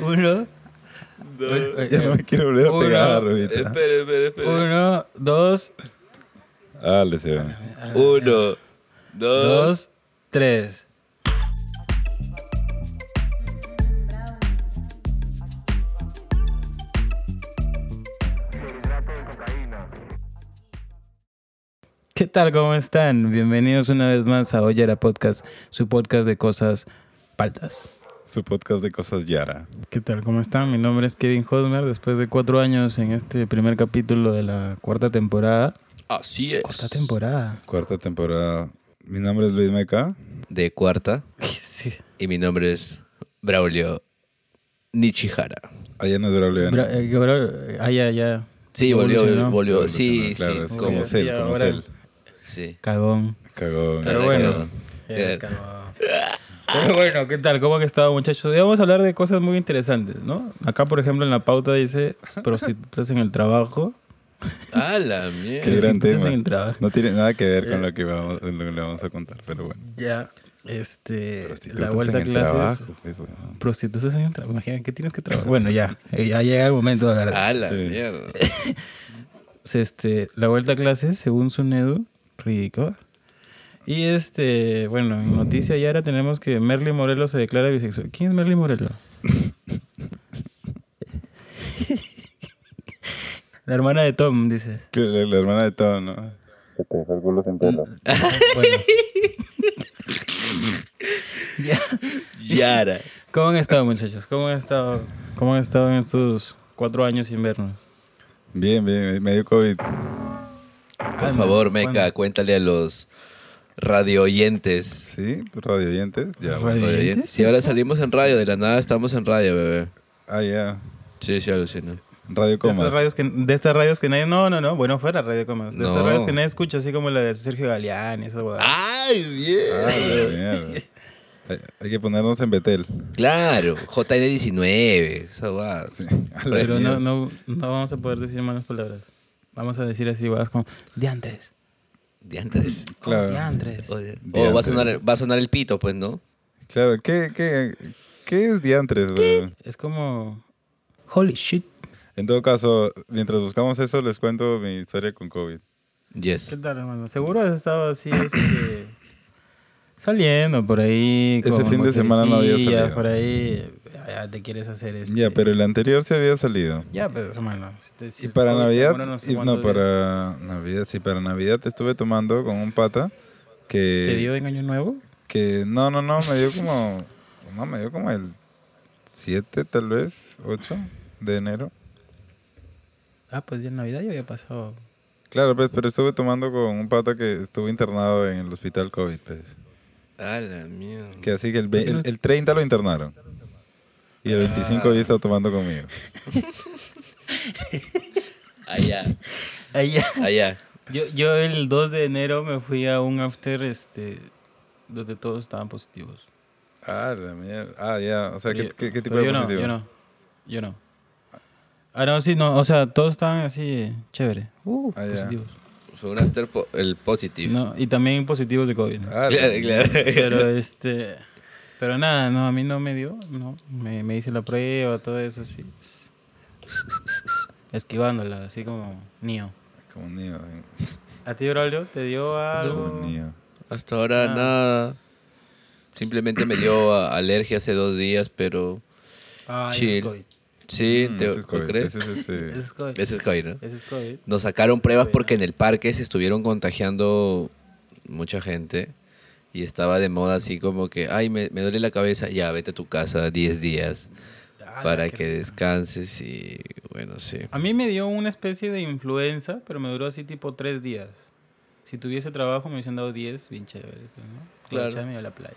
Uno, Eh, Dos. Oye, Ya no me quiero volver a Uno. pegar, Rubita. Espera, espera, espera. uno, dos, Dale, Seba. Uno, dos. dos, tres. ¿Qué tal? ¿Cómo están? Bienvenidos una vez más a Ollera Podcast, su podcast de cosas paltas. Su podcast de cosas Yara. ¿Qué tal? ¿Cómo están? Mi nombre es Kevin Hosmer. Después de cuatro años en este primer capítulo de la cuarta temporada. Así es. ¿Cuarta temporada? Cuarta temporada. Mi nombre es Luis Meca. De cuarta. sí. Y mi nombre es Braulio Nichihara. Allá no es Braulio. ¿no? Bra- eh, que bra- ah, ya, ya. Sí, volvió, Evolucionó. volvió. Sí, Evolucionó, claro, sí, es como como sí, Cel, como ahora. Cel. sí. Cagón. Cagón. Pero Ahora bueno. quedó. Eres cagón. Pero bueno, ¿qué tal? ¿Cómo han estado, muchachos? Hoy vamos a hablar de cosas muy interesantes, ¿no? Acá, por ejemplo, en la pauta dice prostitutas en el trabajo. A la mierda. Qué gran Prostitutas tema. en el trabajo. Eh. No tiene nada que ver con lo que vamos, lo que le vamos a contar, pero bueno. Ya, este, Prostitutas la vuelta a en el clases. trabajo, pues, weón. Prostitutas en el trabajo. Imagina que tienes que trabajar. Bueno, ya, eh, ya llega el momento de hablar de A la Sí. mierda. se- este, la vuelta a clases, según E Sunedu, rico. Y este, bueno, en noticia ya ahora tenemos que Merly Morelo se declara bisexual. ¿Quién es Merly Morelo? la hermana de Tom, dices. Que La, la hermana de todo, ¿no? Que te dejó el culo sin pelo. Bueno, ya. Yara. ¿Cómo han estado, muchachos? ¿Cómo han estado? ¿Cómo han estado en estos cuatro años sin vernos? Bien, bien, me dio COVID. Por favor, Meca, cuéntale a los radio oyentes. Sí, radio oyentes. Ya, bueno. ¿Radio oyentes? Si ahora salimos en radio, de la nada estamos en radio, bebé. Ah, ya. Sí, sí, alucina. Radio De estas, Comas. radios que, de estas radios que nadie. No, no, no. Bueno, fuera Radio Comas. De estas No. radios que nadie escucha, así como la de Sergio Galeán y esas huevadas. ¡Ay, bien! Ah, la mierda. Hay, hay que ponernos en Betel. Claro, JL19. esa guada. Sí. A la Pero mierda. no, no, no vamos a poder decir malas palabras. Vamos a decir así, huevadas como. Diantres. Diantres. Claro. Oh, diantres. Mm. O va, a Diantres. sonar, va a sonar el pito, pues, ¿no? Claro, ¿qué, qué, qué es diantres? weón? Es como. Holy shit. En todo caso, mientras buscamos eso, les cuento mi historia con COVID. ¿Qué Yes. tal, hermano? Seguro has estado así, este. Saliendo por ahí. Ese fin de semana no había motoricillas, salido. Por ahí. Ya, ya te quieres hacer este. Ya, pero el anterior se había salido. Ya, pero, hermano. este, si Y para el COVID se Navidad, demora sé y- cuántos no, días. para Navidad, sí, para Navidad te estuve tomando con un pata ¿Te que, dio en Año Nuevo? que no, no, no, me dio como, no, me dio como el 7 tal vez, 8 de enero. Ah, pues ya en Navidad ya había pasado. Claro, pues, pero estuve tomando con un pata que estuvo internado en el hospital COVID, pues. A la mierda. Que así que el, ve- el, el 30 lo internaron. Y el 25 Ah. había estado tomando conmigo. Allá, Allá. allá. Yo, yo el 2 de enero me fui a un after este, donde todos estaban positivos. Ah, la mierda. Ah, ya. O sea, Pero ¿qué, yo- qué- qué tipo pero de yo No, positivo? yo no. Yo no. Ah, no, sí, no. O sea, todos estaban así, chévere. Uh, Ah, ya. positivos. Fue un after po- el positive. No, y también positivos de COVID. Ah, la- Claro, claro. Pero este. Pero nada, no, a mí no me dio, no. Me, me hice la prueba, todo eso así. Esquivándola, así como Neo. Como un niño. eh. ¿A ti, Braulio, te dio Como algo? un niño. Hasta ahora Nada. nada. Simplemente me dio a- alergia hace dos días, pero Ah, ese Chill. es COVID. sí, Mm, te, ese es ¿tú COVID, crees? ese es Ese este. es COVID. Ese es COVID, ¿no? Ese es COVID. Nos sacaron pruebas porque en el parque se estuvieron contagiando mucha gente y estaba de moda así como que, ay, me, me duele la cabeza, ya vete a tu casa 10 días Ah, Ala, para qué que rico. descanses y bueno, sí. A mí me dio una especie de influenza, pero me duró así tipo tres días. Si tuviese trabajo me hubiesen dado 10, bien chévere, pues, ¿no? Claro. Aprovecharme a la playa.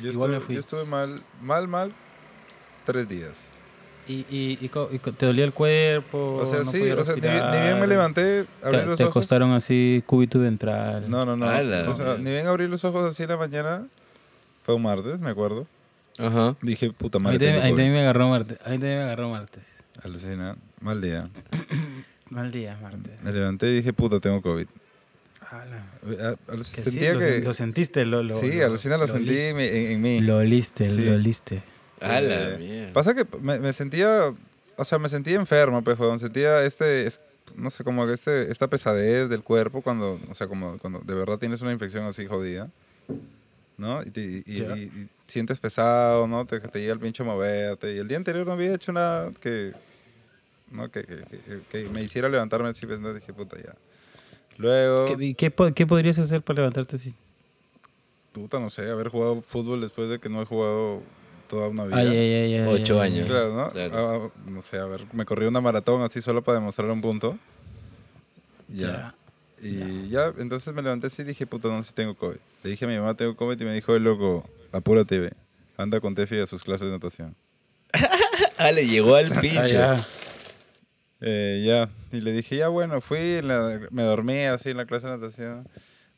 Yo Igual me estuve, fui. yo estuve mal, mal, mal, tres días. ¿Y, y, y co- y co- te dolía el cuerpo? O sea, Oh, no sí, podías o sea, ni, bien- respirar? ni bien me levanté, abrí Te, los te ojos. acostaron así cúbito ventral. No, no, no. Ala. O sea, ni bien abrí los ojos así en la mañana. Fue un martes, me acuerdo. Ajá. Dije, puta ahí madre, te- tengo ahí COVID. también me agarró martes. Ahí también me agarró martes. Alucina, mal día. Mal día, martes. Me levanté y dije, puta, tengo COVID. Ala, A- al- que sí, Ah, sentía lo, que... sen- lo sentiste, lo, lo- sí, lo- alucina lo, sentí oliste. en, mi- en- en mí. Lo oliste, Sí. lo oliste. A la Eh, mierda. Pasa que me, me sentía, o sea, me sentía enfermo, pues, weón. Sentía este, es- no sé, como que este, esta pesadez del cuerpo cuando, o sea, como cuando de verdad tienes una infección así jodida, ¿no? Y, te- y- y- Ya. y- y sientes pesado, ¿no? Te, te llega el pincho a moverte. Y el día anterior no había hecho nada que, ¿no? Que, que- que- que me hiciera levantarme así, pues, entonces dije, puta, ya. Luego, ¿Qué, y qué po- qué podrías hacer para levantarte así? puta, no sé, haber jugado fútbol después de que no he jugado toda una vida. Ay, ay, ay, ay, Ocho ay, ay. años. Claro, ¿no? Claro. Ah, no sé, a ver, me corrí una maratón así solo para demostrar un punto. Ya. Ya. Y ya, entonces me levanté así y dije, puta, no sé si tengo COVID. Le dije a mi mamá, tengo COVID, y me dijo, loco, apúrate, ve. Anda con Tefi a sus clases de natación. Ah, le llegó al Ah, pincho. ya. Eh, ya, y le dije, ya bueno, fui, en la- me dormí así en la clase de natación.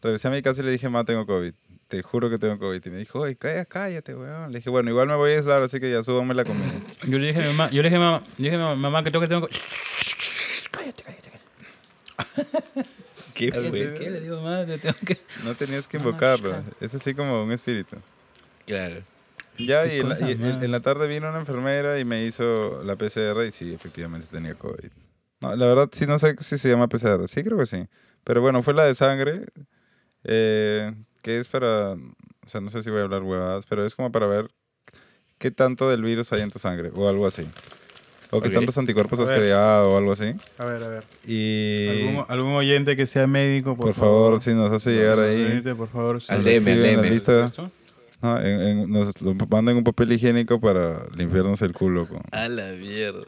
Regresé a mi casa y le dije, ma, tengo COVID. Te juro que tengo COVID. Y me dijo, oye, cállate, cállate, weón. Le dije, bueno, igual me voy a aislar, así que ya súbame la comida. Yo le dije a mi mamá, yo le dije a mi mamá, yo le dije a mi mamá, mamá, que tengo que tengo que- ¿Qué ¿Qué, fue? ¿Qué le digo, mamá? Te tengo que No tenías que invocarlo. Es así como un espíritu. Claro. Ya, Qué y, en la, cosa y en- más. en la tarde vino una enfermera y me hizo la PCR y sí, efectivamente tenía COVID. No, la verdad, sí, no sé si se llama PCR. Sí, creo que sí. Pero bueno, fue la de sangre, eh, que es para, o sea, no sé si voy a hablar huevadas, pero es como para ver qué tanto del virus hay en tu sangre o algo así. O qué Ok. tantos anticuerpos A has ver. creado o algo así. A ver, a ver. Y ¿Algún, algún oyente que sea médico, por, por favor, si nos hace llegar ahí, Oyente, por favor. Al sí. lo DM, al escribe en la DM. lista, ¿no? En- en- nos lo mandan un papel higiénico para limpiarnos el culo con... A la mierda.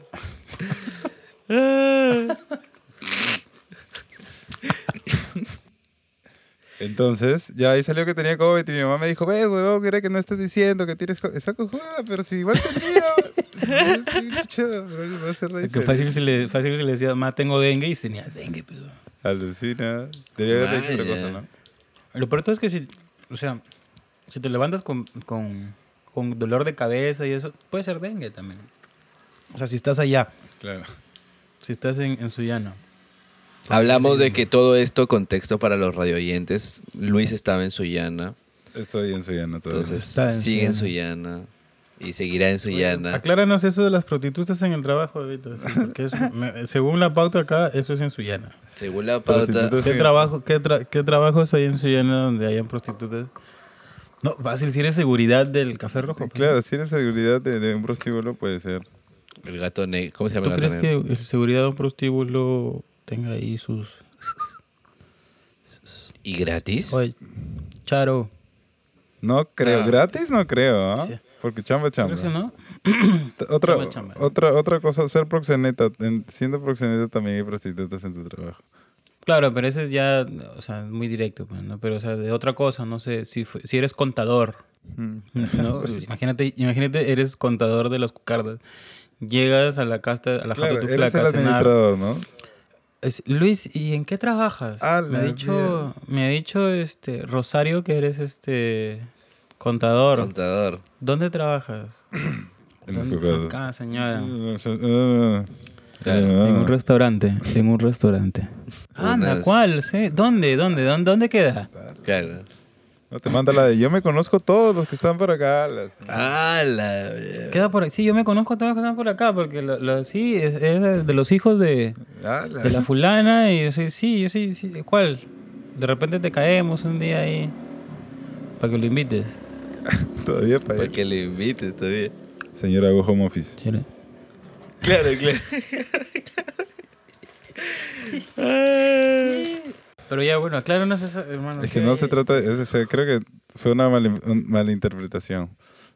Entonces, ya ahí salió que tenía COVID y mi mamá me dijo, ves, huevón, era que no estés diciendo que tienes COVID. Está cojuda, pero si igual tenía. Yo soy chucha, pero me va a hacer la Que fácil si le, fácil si le decías, mamá, tengo dengue y tenía dengue, pero... diferencia". Alucina. Debía haber dicho otra Vaya. cosa, ¿no? Lo peor de todo es que si, o sea, si te levantas con, con, con dolor de cabeza y eso, puede ser dengue también. O sea, si estás allá, Claro. si estás en, en Suyano. Hablamos de que todo esto, contexto para los radioyentes. Luis estaba en Sullana, Estoy en Suyana todavía. entonces Está en sigue en Sullana. Sullana y seguirá en Sullana. Acláranos eso de las prostitutas en el trabajo, ahorita. sí, porque es- me- según la pauta acá, eso es en Suyana. Según la Pero si pauta, tú ¿Qué Sí. trabajo, qué, tra- qué trabajos hay en Suyana donde hayan prostitutas? No, fácil, si eres seguridad del Café Rojo. pues. Claro, si eres seguridad de, de un prostíbulo, puede ser. el gato negro. ¿Cómo se llama ¿Tú el gato crees que negro? el seguridad de un prostíbulo tenga ahí sus... ¿Y gratis? Oye, Charo, No creo. Ah. Gratis no creo, ¿ah? Sí. Porque chamba, chamba. ¿crees que no? T- Otra, Chamba, chamba. otra, otra cosa, ser proxeneta. En- siendo proxeneta también hay prostitutas en tu trabajo. Claro, pero eso es ya, o sea, muy directo, pues, ¿no? Pero, o sea, de otra cosa, no sé, si, fu- si eres contador, Mm. ¿no? Pues imagínate, imagínate, eres contador de las cucardas. Llegas a la casta, a la Claro, jato de tu eres flaca, el a cenar. administrador, ¿no? Es, Luis, ¿y en qué trabajas? A me ha la dicho, me ha dicho este Rosario que eres este contador. Contador. ¿Dónde trabajas? En las "¿Dónde? cucardas. Ah. Acá, señora. Mm, Claro. En un restaurante, en un restaurante. Anda, Unas- ¿cuál? Sí, ¿Dónde? ¿Dónde? ¿Dónde, dónde queda? Ah. Claro. No te manda la de yo me conozco todos los que están por acá. las- A la mierda. Queda por ahí. Sí, yo me conozco a todos los que están por acá, porque lo- lo- sí, es, es de los hijos de, Ah, la- de la fulana y yo soy, sí, yo sí, sí, ¿cuál? De repente te caemos un día ahí para que lo invites. Todavía para Para que le invites todavía. Señora, hago home office. Chévere. Claro, claro. Pero ya, bueno, acláranos eso, hermano. Es que ¿qué- no se trata, es- es- creo que fue una mal- un- malinterpretación.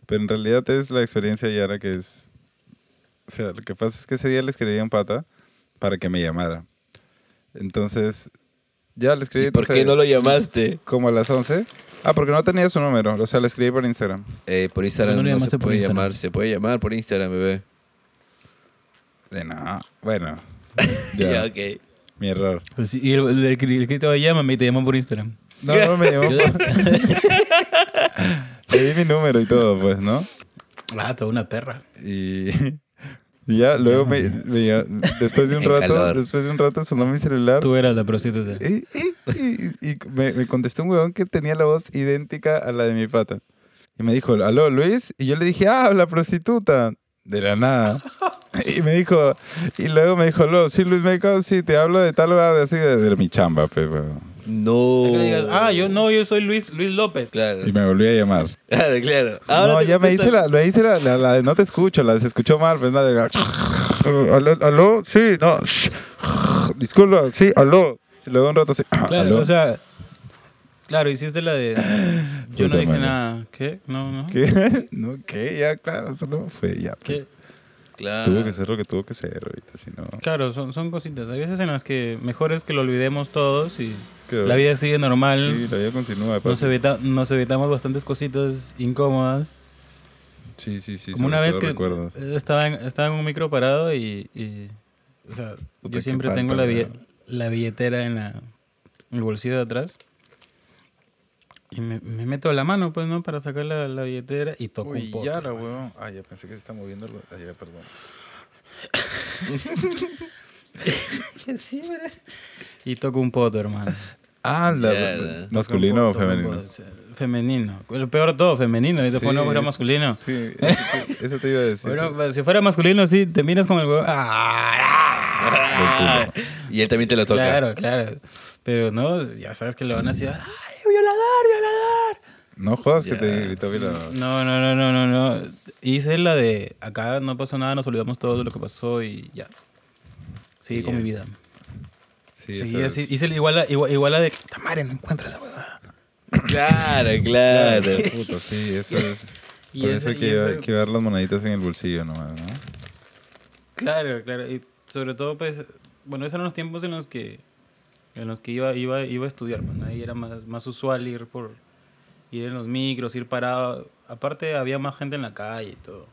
Pero en realidad es la experiencia de Yara que es... O sea, lo que pasa es que ese día le escribí a un pata para que me llamara. Entonces, ya le escribí... ¿Y ¿Por sé, qué no lo llamaste? Como a las 11. Ah, porque no tenía su número. O sea, le escribí por Instagram. Eh, por Instagram No no, lo llamaste se por puede Instagram. llamar. Se puede llamar por Instagram, bebé. De no. Bueno. Ya, ya, ok. mi error. Pues sí, y el, el, el Cristo llama y te llaman por Instagram. No, no me llamó. por- Le di mi número y todo, pues, ¿no? Ah, toda una perra. Y Ya, luego me, me ya- después de un En rato, calor. después de un rato sonó mi celular. Tú eras la prostituta. Y, y- y- y me, me contestó un huevón que tenía la voz idéntica a la de mi pata. Y me dijo, aló, Luis. Y yo le dije, ah, la prostituta. De la nada. Y me dijo, y luego me dijo, aló, sí, Luis Meco, sí, te hablo de tal lugar, así de, de mi chamba, pe, huevón. No. Que le digas, ah, yo no, yo soy Luis, Luis López. Claro, Y me volví a llamar. claro, claro. Ahora no, te ya me hice contestan. la, me hice la, la- la de no te escucho, la se escuchó mal, pero es la de la- ¿Aló? aló, Sí, no. Disculpa, sí, aló. Y luego un rato sí. Claro, Ah, ¿Aló? o sea, claro, hiciste la de. Yo no Puta dije madre. nada. ¿Qué? No, no. ¿Qué? No, ¿qué? Ya, claro, solo fue ya. pues. ¿Qué? Ah. Claro. Tuvo que ser lo que tuvo que ser ahorita, si no. Claro, son, son cositas. Hay veces en las que mejor es que lo olvidemos todos y Claro. la vida sigue Sí, normal. la vida continúa. papi. Nos, evita- nos evitamos bastantes cositas incómodas. Sí, sí, sí. Como sobre una vez todo que recuerdos. eh, estaba en, estaba en un micro parado y, y, o sea, Puta, yo qué siempre falta, tengo la, bille- weón. la billetera en, la, en el bolsillo de atrás. Y me, me meto la mano, pues, ¿no? Para sacar la, la billetera y toco un Uy, poco. ya la huevón. Ah, ya pensé que se está moviendo. lo- Ah, ya, perdón. Y toco un poto, hermano. Ah, la. Mierda. ¿Masculino o Toco un poto, femenino? toco un poto. Femenino. Lo peor de todo, femenino. Y te Sí, pones es- masculino. Sí, eso te, eso te iba a decir. Bueno, pues, si fuera masculino, sí, te miras con el huevo. ¡Ah! Y él también te lo toca. Claro, claro. Pero no, ya sabes que le van a decir, ¡ay, violador, No jodas Ya. que te gritó Vila. violador! No, no, no, no, no, no. Hice la de, acá no pasó nada, nos olvidamos todo de lo que pasó y ya. Seguí con mi vida. Sí, Seguí esa así. vez. Hice la- igual la, igual, igual la de, ¡puta madre, no encuentro esa huevada! Claro, claro. Puta, sí, eso es. Y Por ese- eso hay y que, llevar- ese- hay que llevar las moneditas en el bolsillo nomás, ¿no? Claro, claro. Y sobre todo, pues, bueno, esos eran los tiempos en los que, en los que iba, iba, iba a estudiar, pues, ¿no? Ahí era más, más usual ir por, ir en los micros, ir parado. Aparte, había más gente en la calle y todo.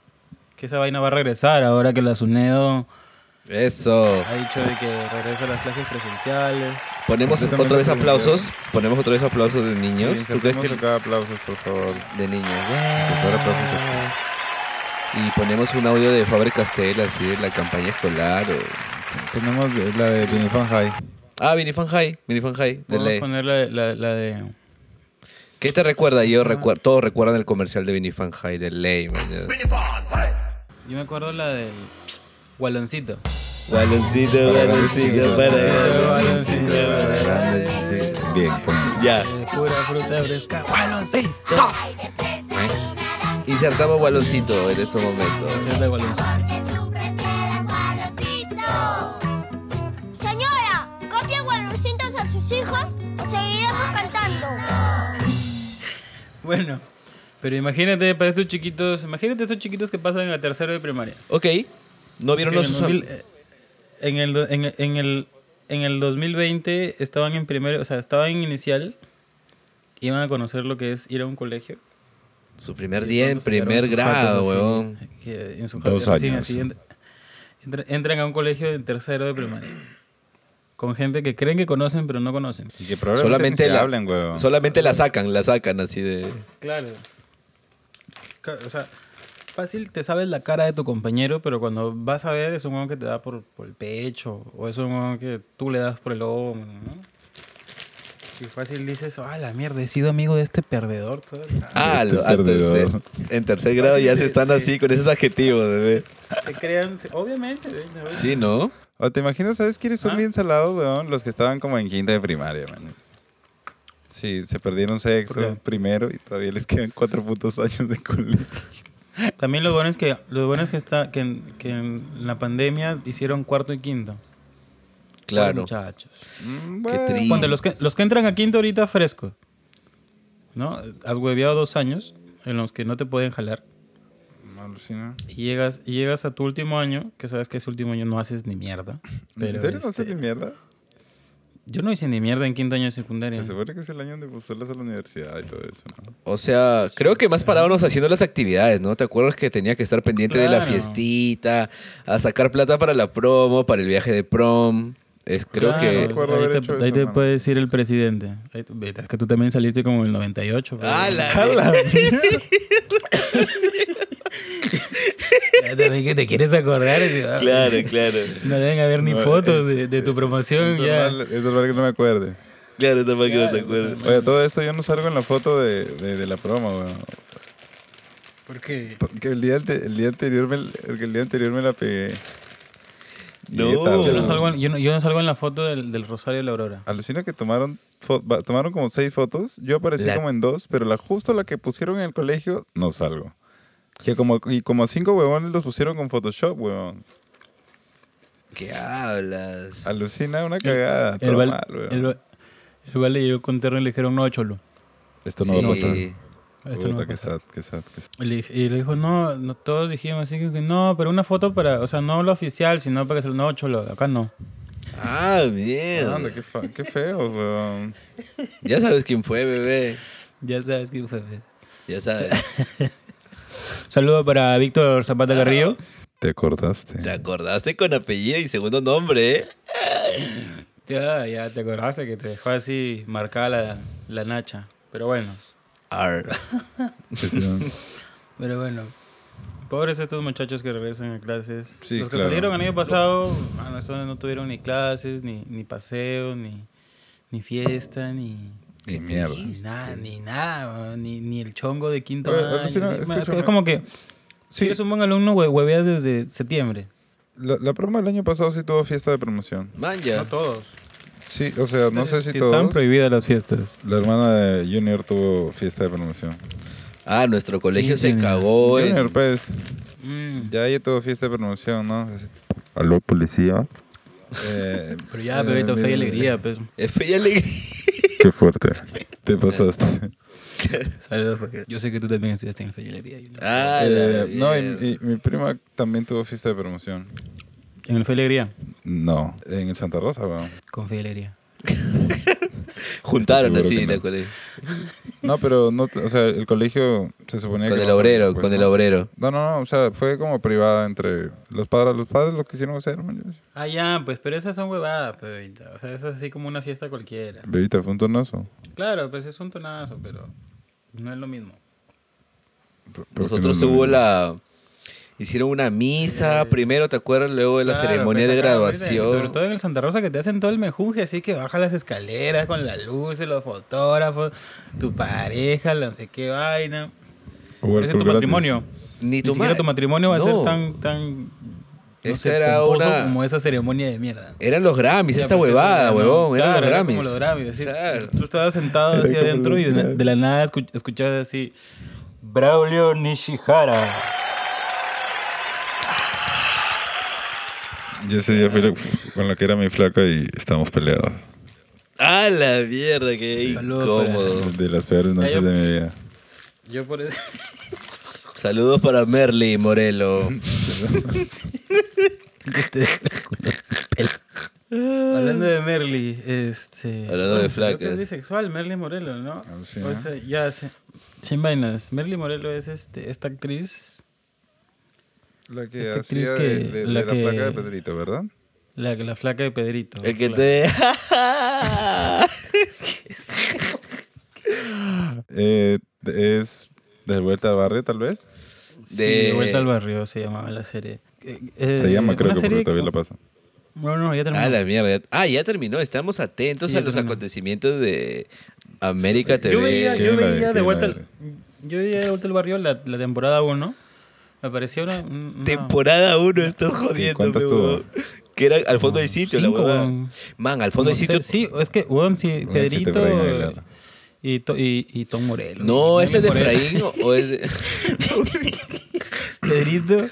Que esa vaina va a regresar ahora que la SUNEDO Eso. ha dicho de que regresa a las clases presenciales. Ponemos Yo también otra lo vez tengo. aplausos. Ponemos otra vez aplausos de niños. Sí, ¿Tú crees insertemos que acá aplausos, por favor. de niños? fuera aplausos. Y ponemos un audio de Faber Castell, así de la campaña escolar. O... Tenemos la de Pinifan High. Ah, Vinifan High. Vinifan High. de Vamos a ley. poner la, la- la de... ¿Qué te recuerda? Yo recuerdo, todos recuerdan el comercial de Vinifan High de Ley, Yo me acuerdo la del... Gualoncito. Baloncito, Bien, ponemos. Ya. De pura fruta fresca. ¡Gualoncito! Insertamos baloncito en este estos momentos. Esa es la de gualoncito. Señora, copie gualoncitos a sus hijos o seguiremos cantando. Bueno, pero imagínate para estos chiquitos, imagínate estos chiquitos que pasan a tercero de primaria. Ok. ¿No vieron Que en los el sus 2000, am- eh, en el, do- en, el- en el en el 2020 estaban en primero, o sea, estaban en inicial, iban a conocer lo que es ir a un colegio. Su primer Y día en pronto sacaron primer sus jatos grado, así, weón. que en su Dos jato recién años. así entr- entr- entran a un colegio de tercero de primaria. Con gente que creen que conocen, pero no conocen. Y que probablemente Solamente ni se la, hablen, huevón. solamente la sacan, la sacan así de. Claro. Ca- O sea, fácil te sabes la cara de tu compañero, pero cuando vas a ver es un huevón que te da por, por el pecho, o es un huevón que tú le das por el hombro, ¿no? Y fácil dices, ah, la mierda, he sido amigo de este perdedor. toda la-". Ah, Este lo- a tercer, servidor. en tercer grado ya Sí, se están sí. así con esos adjetivos, bebé. Se crean, se- obviamente. ¿eh? Sí, ¿no? O te imaginas, ¿sabes quiénes son ¿Ah? bien salados, weón? Los que estaban como en quinta de primaria, man. Sí, se perdieron sexo qué? primero y todavía les quedan cuatro putos años de colegio. También lo bueno es que, lo bueno es que, está, que, en, que en la pandemia hicieron cuarto y quinto. Pobres Claro. Muchachos. Mm, Qué bueno. triste. Ponte, los que, los que entran a quinto ahorita fresco, ¿no? Has hueveado dos años en los que no te pueden jalar. Alucina. Y llegas, y llegas a tu último año, que sabes que ese último año no haces ni mierda. Pero, ¿En serio no este, se de mierda? Yo no hice ni mierda en quinto año de secundaria. Se supone que es el año donde postulas a la universidad y todo eso, ¿no? O sea, creo que más parábamos haciendo las actividades, ¿no? ¿Te acuerdas que tenía que estar pendiente de la Claro. fiestita, a sacar plata para la promo, para el viaje de prom? Es, creo Claro, que... recuerdo ahí haber te, hecho ahí eso, te hermano. puede decir el presidente. Ahí te- vete, Es que tú también saliste como en el pues. Ah, 98. pero- ¡Hala! ¡Hala! Ya también que te quieres acordar. y- ah, Claro, claro. No deben haber ni No, fotos es- de, de tu promoción Es ya. normal, es normal que no me acuerde. Claro, está mal que no te Claro, pues, acuerdes. Oye, todo esto yo no salgo en la foto de, de- de la promo, weón. ¿Por qué? Porque el día, ante- el día anterior me, porque el día anterior me la pegué. No. Llegué tarde, Yo no weón. salgo en, yo no, yo no salgo en la foto del, del Rosario de la Aurora. Alucina que tomaron, fo- va- tomaron como seis fotos. Yo aparecí La- como en dos, pero la justo la que pusieron en el colegio, no salgo. Que como, y como cinco huevones los pusieron con Photoshop, huevón. ¿Qué hablas? Ah, Alucina una cagada. El, todo val- mal, huevón. el, va- el vale llegó con terno y le dijeron, no, Cholo. Esto no va a pasar. Sí. Esto no va Puta, a qué pasar". sad, qué sad, qué sad. Y le, dij- y le dijo, no, no, todos dijimos así que que no, pero una foto para, o sea, no la oficial, sino para que se lo, no, Cholo, acá no. Ah, mierda. Anda, qué, fa- qué feo, huevón. Ya sabes quién fue, bebé. Ya sabes quién fue. Ya sabes. Saludo para Víctor Zapata Carrillo. Te acordaste. Te acordaste con apellido y segundo nombre, ¿eh? Ah, Ya, ya te acordaste que te dejó así marcada la, la nacha. Pero bueno, Ar. Sí, sí. pero bueno. Pobres estos muchachos que regresan a clases. Sí, Los que claro. salieron el año pasado, bueno, esos no tuvieron ni clases, ni, ni paseo, ni, ni fiesta, ni, Qué mierda. ni nada, ni nada, weón, ni, ni el chongo de quinto Oye, año. alucina, ni- es, escúchame. es como que si Sí. eres un buen alumno, hue- hueveas desde septiembre. La, la promo del año pasado sí tuvo fiesta de promoción. Man, No ya. todos. Sí, o sea, no sé si, Eh, Si todos. están prohibidas las fiestas. La hermana de Junior tuvo fiesta de promoción. Ah, nuestro colegio Sí, se sí. cagó en... Junior, pues. Mm. Ya ella tuvo fiesta de promoción, ¿no? Aló, policía. Eh, Pero ya, eh, bebito, fe mira, y alegría, pues. Es fe y alegría. Qué fuerte. Te pasaste. Saludos, Roger. Yo sé que tú también estudiaste en Feyelería. ¿no? Ah, la Eh, no, y, mierda. y mi prima también tuvo fiesta de promoción. En el Feyelería. No, en el Santa Rosa, weón. Con Feyelería. Juntaron Estoy así seguro en que el no. colegio. No, pero no, o sea, el colegio se suponía Con que el no se- obrero, pues, con el ¿no? obrero. No, no, no, o sea, fue como privada entre los padres, los padres lo quisieron hacer, man. Ah, ya, pues, pero esas son huevadas, pues, bebita. O sea, es así como una fiesta cualquiera. Bebita, fue un tonazo. Claro, pues es un tonazo, pero no es lo mismo. Nosotros hubo la... Hicieron una misa primero, ¿te acuerdas? Luego de la Claro, ceremonia pues, de acá, ahorita, graduación. Sobre todo en el Santa Rosa que te hacen todo el mejuje, así que baja las escaleras con las luces, los fotógrafos, tu pareja, la no sé qué vaina. Parece tu matrimonio. Ni Ni tu siquiera ma- tu matrimonio va a No. ser tan, tan no Esa sé, era pomposo una- como esa ceremonia de mierda. Eran los Grammys, Ya, esta pues, eso huevada, era, ¿no? huevón. Eran Claro, los Grammys. Como los Grammys. así. Claro. Tú estabas sentado así adentro y de, la- de la nada escu- escuchabas así: Braulio Nishihara. Yo ese día fui la- con la que era mi flaca y estábamos peleados. Ah, la mierda, qué Saludos para- incómodo. De las peores noches de mi vida. Yo por eso. Saludos para Merly Morelo. Hablando de Merly, este. Hablando de creo flacas. que Es bisexual, Merly Morelo, ¿no? Ah, sí, o ¿no? sea, ya, se- sin vainas. Merly Morelo es este, esta actriz, La que Esta actriz hacía que- de, de- de la la, que- placa de Pedrito, ¿verdad? la, la flaca de Pedrito. El que claro. te. Eh, es de vuelta al barrio, tal vez. Sí, de Vuelta al Barrio se llamaba la serie. Eh, eh, Se llama, creo una que serie porque todavía la paso. No, no, ya terminó. Ah, la mierda. Ah, ya terminó. Estamos atentos Sí, a ya los terminó. acontecimientos de América TV. Yo veía, Qué yo madre, veía de qué vuelta madre. al, yo veía de vuelta al barrio la, la temporada 1. Me pareció una, un- una- Temporada 1, estás jodiendo. ¿Cuántas pe, tuvo? huevón. Que era al fondo del sitio, la cinco, huevada. huevón. Man, al como fondo del se- sitio. Sí, es que, weón, sí, Una chiste Pedrito por ahí, Aguilar. y, To- y, y Tom Morello. No, Meme ese es de Morello. Efraín o- o es de- Pedrito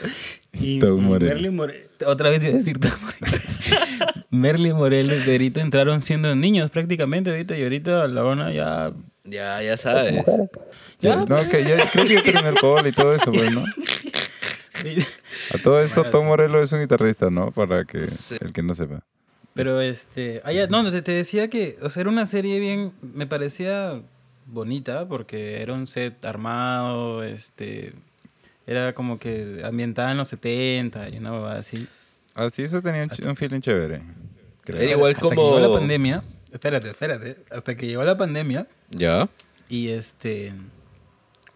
y Tom Morello. Merlin Morello. Otra vez iba a decir Tom Morello. Merlin Morello y Pedrito entraron siendo niños prácticamente ahorita y ahorita la ONA ya... Ya, ya sabes. Sí, Ya, Eh, no, que ya, creo que ya terminó el call y todo eso, pues, ¿no? A todo esto, Tom Morello es un guitarrista, ¿no? Para que Sí. el que no sepa. Pero este. ah, ya, no, te, te decía que. O sea, era una serie bien. Me parecía bonita porque era un set armado, este. Era como que ambientada en los 70 y una huevada así. Así Ah, eso tenía un, ch- un feeling chévere. creo. Era igual Hasta que llegó la como. pandemia. Espérate, espérate. Hasta que llegó la pandemia Ya. y este.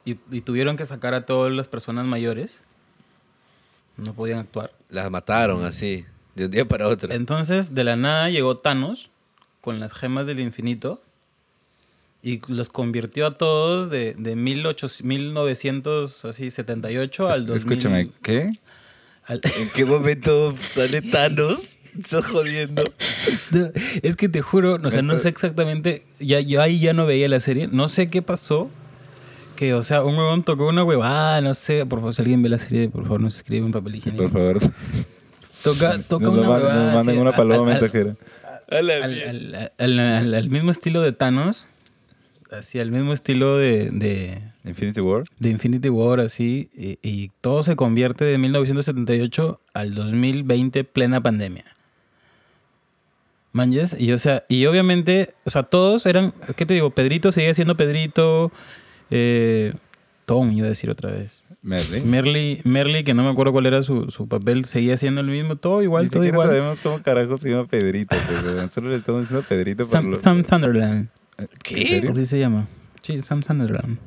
Y, y tuvieron que sacar a todas las personas mayores. no podían actuar. Las mataron así, de un día para otro. Entonces, de la nada llegó Thanos con las gemas del infinito y los convirtió a todos de, de 1800 1978 al 2000. Escúchame, ¿qué? al- ¿En qué momento sale Thanos? Estás jodiendo. No, es que te juro, no, o sea, no Esto- sé exactamente, ya, yo ahí ya no veía la serie, no sé qué pasó, que, o sea, un huevón tocó una huevada, no sé, por favor, si alguien ve la serie, por favor, nos escribe un papel higiénico. Por favor. Toca, toca nos, una ma- huevada. nos mandan así, una al- paloma al- mensajera. A la Al, mierda. al- al- al- al mismo estilo de Thanos, así, al mismo estilo de, de, Infinity War. de Infinity War, así, y, y todo se convierte de 1978 al 2020, plena pandemia. Manches, y o sea, y obviamente, o sea, todos eran, ¿qué te digo? Pedrito seguía siendo Pedrito, eh, Tom iba a decir otra vez. Merlin. Merly, Merly, que no me acuerdo cuál era su, su papel, seguía siendo el mismo, todo igual, Ni todo siquiera igual. sabemos cómo carajo se llama Pedrito. pues, weón. Solo le estamos diciendo Pedrito por Sam, lo- Sam Sunderland, ¿En serio? así se llama. Sí, Sam Sunderland.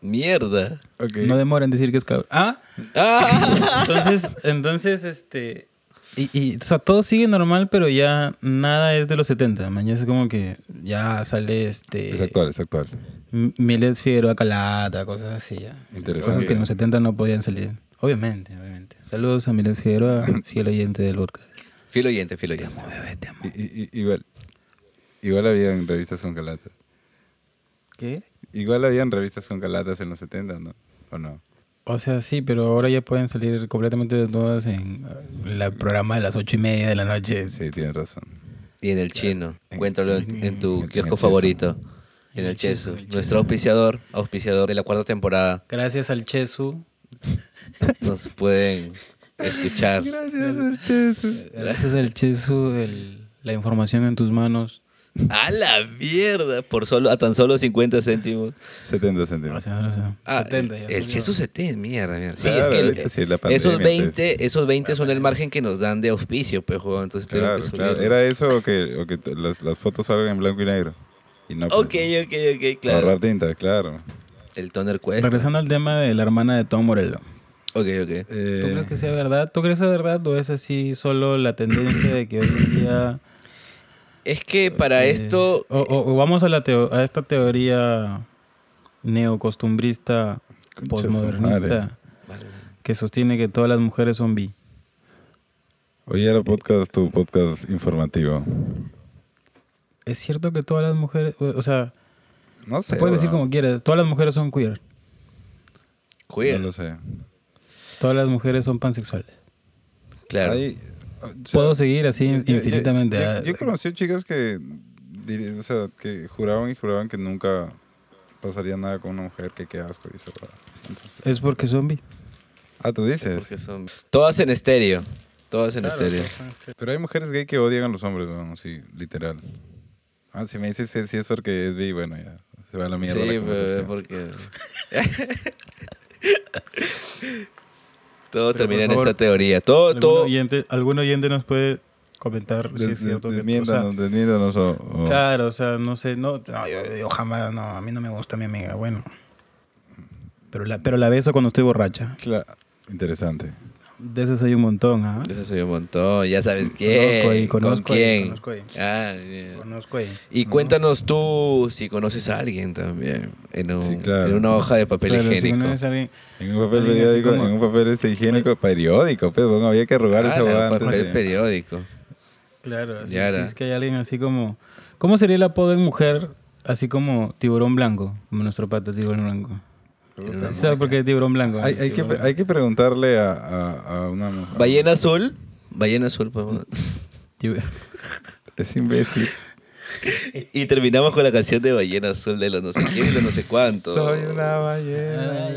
Mierda. Ok. No demora en decir que es cabrón. Ah, Ah, Entonces, entonces, este. Y, y, o sea, todo sigue normal, pero ya nada es de los 70. Mañana es como que ya sale este. Es actual, es actual. M- Milet Figueroa Calata, cosas así ya. Interesante. Cosas que en los 70 no podían salir. Obviamente, obviamente. Saludos a Milet Figueroa, fiel oyente del podcast. fiel oyente, fiel oyente. Bebé, te amo. I- i- i- igual. Igual habían revistas con calatas. ¿Qué? Igual habían revistas con calatas en los 70, ¿no? ¿O no? O sea, sí, pero ahora ya pueden salir completamente desnudas en el programa de las ocho y media de la noche. Sí, tienes razón. Y en el chino. Encuéntralo en, en en tu el kiosco Cheso. favorito. En En el el Cheso, Cheso. en el Cheso. Nuestro auspiciador, auspiciador de la cuarta temporada. Gracias al Chesu. Nos pueden escuchar. Gracias al Chesu, el- la información en tus manos. A la mierda. Por solo, a tan solo 50 céntimos. 70 O centímetros. sea, o sea, Ah, 70 el, ya el subió. Chesu 70, mierda, mierda. Sí, Claro, es que el- Ah, ahorita sí, la pandemia, esos pues. 20, esos 20 son el margen que nos dan de auspicio, pues, huevón, entonces Claro, tenemos que claro. subirlo. ¿Era eso o que, o que t- las, las fotos salgan en blanco y negro? Y no, pues, Ok, ok, ok, claro. Ahorrar tinta, claro. El Toner Quest. Regresando al tema de la hermana de Tom Morello. Ok, ok. Eh, ¿Tú crees que sea verdad? ¿Tú crees que es verdad o es así solo la tendencia de que hoy en día... Es que para eh, esto O, o- o vamos a, la teo- a esta teoría neocostumbrista, Concha su madre. posmodernista, que sostiene que todas las mujeres son bi. Hoy era podcast, tu podcast informativo. ¿Es cierto que todas las mujeres... O o sea, No sé. puedes decir bro. como quieras, todas las mujeres son queer, queer, No lo sé. todas las mujeres son pansexuales. claro. Hay- o sea, Puedo seguir así yo- yo- infinitamente. Yo, ah, yo conocí chicas que, dir- o sea, que juraban y juraban que nunca pasaría nada con una mujer que qué asco y cerrada. Entonces- Es porque son bi. ah, tú dices. Porque son- Todas en estéreo. Todas en estéreo. Pero hay mujeres gay que odian a los hombres, ¿no? Sí, literal. Ah, si me dices que sí es porque es bi, bueno, ya. Se va a la mierda. la pues, Sí, pues, pero conversación. porque. Todo por termina en favor, esa teoría. Todo, ¿Algún, todo. oyente, algún oyente nos puede comentar si Des- es cierto que- des- o sea, Desmiéntanos, desmiéntanos. o- o- Claro, o sea, no sé, no, no, yo, yo jamás, no, a mí no me gusta mi amiga, bueno. Pero la, pero la beso cuando estoy borracha. Cla- Interesante. De esas hay un montón, ¿ah? Eso soy un montón. Ya sabes quién. Conozco ahí, conozco ¿Con ahí, quién? conozco ahí. Ah, bien. Conozco ahí. Y cuéntanos tú si conoces a alguien también en, un- Sí, claro. en una hoja de papel Claro, si higiénico. conoces a alguien- En un papel Alguien así periódico, como- en un papel este higiénico, periódico, pues, bueno, había que rogar esa Ah, pues, huevada antes papel de- periódico. Claro, así, Ya si era. es que hay alguien así como... ¿Cómo sería el apodo en mujer? Así como tiburón blanco, como nuestro pata tiburón blanco. ¿Sabes por qué tiburón blanco? Hay, hay que, Tiburón hay que preguntarle a, a, a una mujer. Ballena azul. Ballena azul. podemos- Tibu- Es imbécil. y terminamos con la canción de Ballena azul de los no sé quién y los no sé cuántos. Soy una ballena.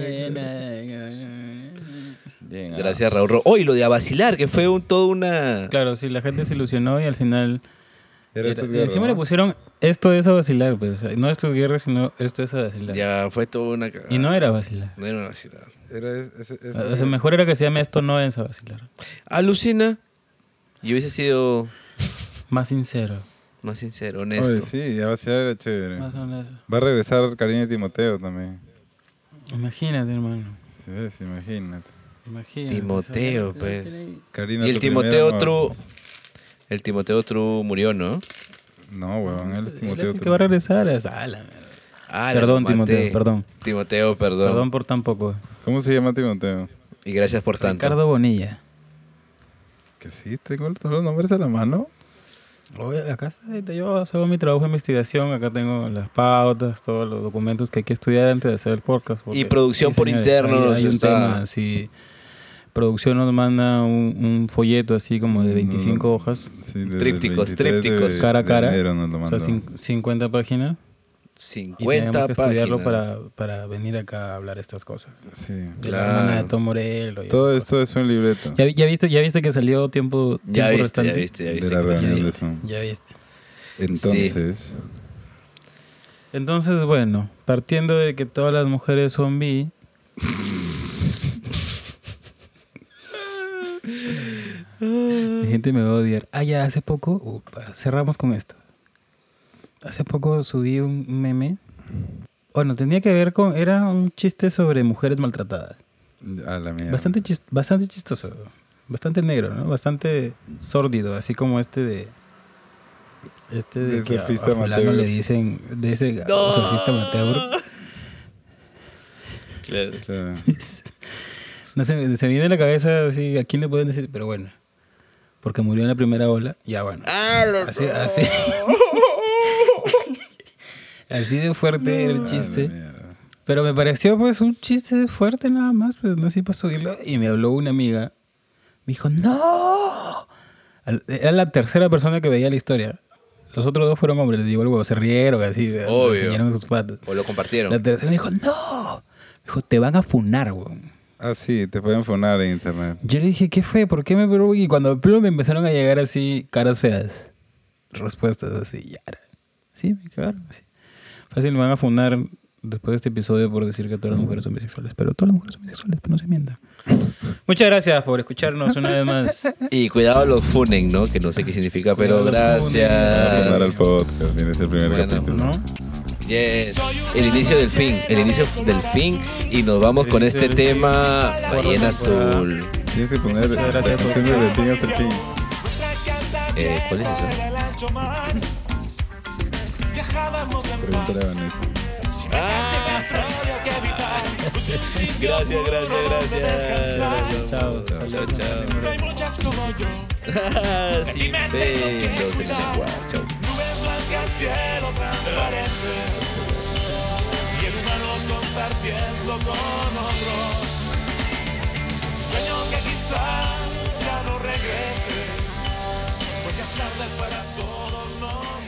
Bien, ah. Gracias, Raúl. Ro- Oh, y lo de Abacilar, que fue un, todo una. Claro, sí, la gente se ilusionó y al final... Era y- Estos y Guerra, Este, encima ¿no? le pusieron esto es a vacilar, pues. o sea, No esto es guerra, sino esto es a vacilar. Ya fue toda una. cagada. Y no era vacilar. No era una ciudad. Era es- es- es- O sea, mejor era que se llame esto no es a vacilar. Alucina. Y hubiese sido Más sincero. más sincero, honesto. Oye, sí, ya vacilar era chévere. Más honesto. Va a regresar Karina y Timoteo también. Imagínate, hermano. Sí, ves, imagínate. Imagínate, Timoteo, esa gente pues. tiene ahí- Karina, Y el tu primer Timoteo amor. True. El Timoteo True murió, ¿no? No, weón, él es Él Timoteo es el True. que va a regresar. es- ah, la mierda. Ah, Perdón, lo maté. Timoteo, perdón. Timoteo, perdón. Perdón por tan poco. ¿Cómo se llama Timoteo? Y gracias por tanto. Ricardo Bonilla. Que sí, tengo todos los nombres a la mano. Oye, acá está, yo hago mi trabajo de investigación, acá tengo las pautas, todos los documentos que hay que estudiar antes de hacer el podcast. porque- Y producción por interno hay- nos hay un está- tema, sí. Producción nos manda un, un folleto así como Mm, de 25 No, no. hojas, Sí, desde el Trípticos, 23 de- trípticos. de cara a cara, enero nos lo o sea, mandó. cin- 50 páginas. Y 50 tenemos que estudiarlo páginas. para, para venir acá a hablar estas cosas. Sí. De la Claro. hermana de Tom Morello. y Todo esas esto es un libreto cosas. ¿Ya, vi- ya viste, ¿Ya viste que salió tiempo, tiempo Ya viste, restante? ya viste, ya de viste. la que te- Ya reunión de viste, Zoom. ya viste. Entonces, Entonces, bueno, partiendo de que todas las mujeres son bi, la gente me va a odiar. Ah, ya, hace poco, upa, cerramos con esto. Hace poco subí un meme. Bueno, tenía que ver con, era un chiste sobre mujeres maltratadas. a la mierda. Bastante, chis- bastante chistoso, bastante negro, ¿no? Bastante sórdido, así como este de... Este de, De que a- a surfista fulano amateur. le dicen, de ese surfista amateur. Claro. Claro. No se, me- se me viene a la cabeza así, ¿a quién le pueden decir? Pero bueno, porque murió en la primera ola, ya bueno. Así, así. así de fuerte era el A la chiste. mierda. Pero me pareció pues un chiste fuerte nada más, pues no así para subirlo. Y me habló una amiga, me dijo, no. Al- Era la tercera persona que veía la historia. Los otros dos fueron hombres, les digo el huevo, se rieron así, Obvio. enseñaron sus patas. O lo compartieron. La tercera me dijo, no. Me dijo, te van a funar, weón. Ah, sí, te pueden funar en internet. Yo le dije, ¿qué fue? ¿Por qué me preguntó? Y cuando plum, me empezaron a llegar así caras feas. Respuestas así, ya. Sí, me cagaron. así. Fácil, me van a fundar después de este episodio por decir que todas las mujeres son bisexuales. Pero todas las mujeres son bisexuales, pero no se mientan. Muchas gracias por escucharnos una vez más. Y cuidado los funen, ¿no? Que no sé qué significa, pero Cuidado los funen. Funar al gracias. podcast, tienes el primer Bueno, capítulo. ¿No? Yes. El inicio del fin, el inicio del fin. Y nos vamos con este tema, Ballena Azul. Tienes que poner Muchas la gracias por- canción de Betín hasta el fin. Eh, ¿Cuál es esa? Pregúntale a Vanessa. Gracias, gracias, gracias. Chao. Chao, chao. Sin pelos en la lengua. Chao. quizá ya no regrese, pues ya es tarde para todos nosotros.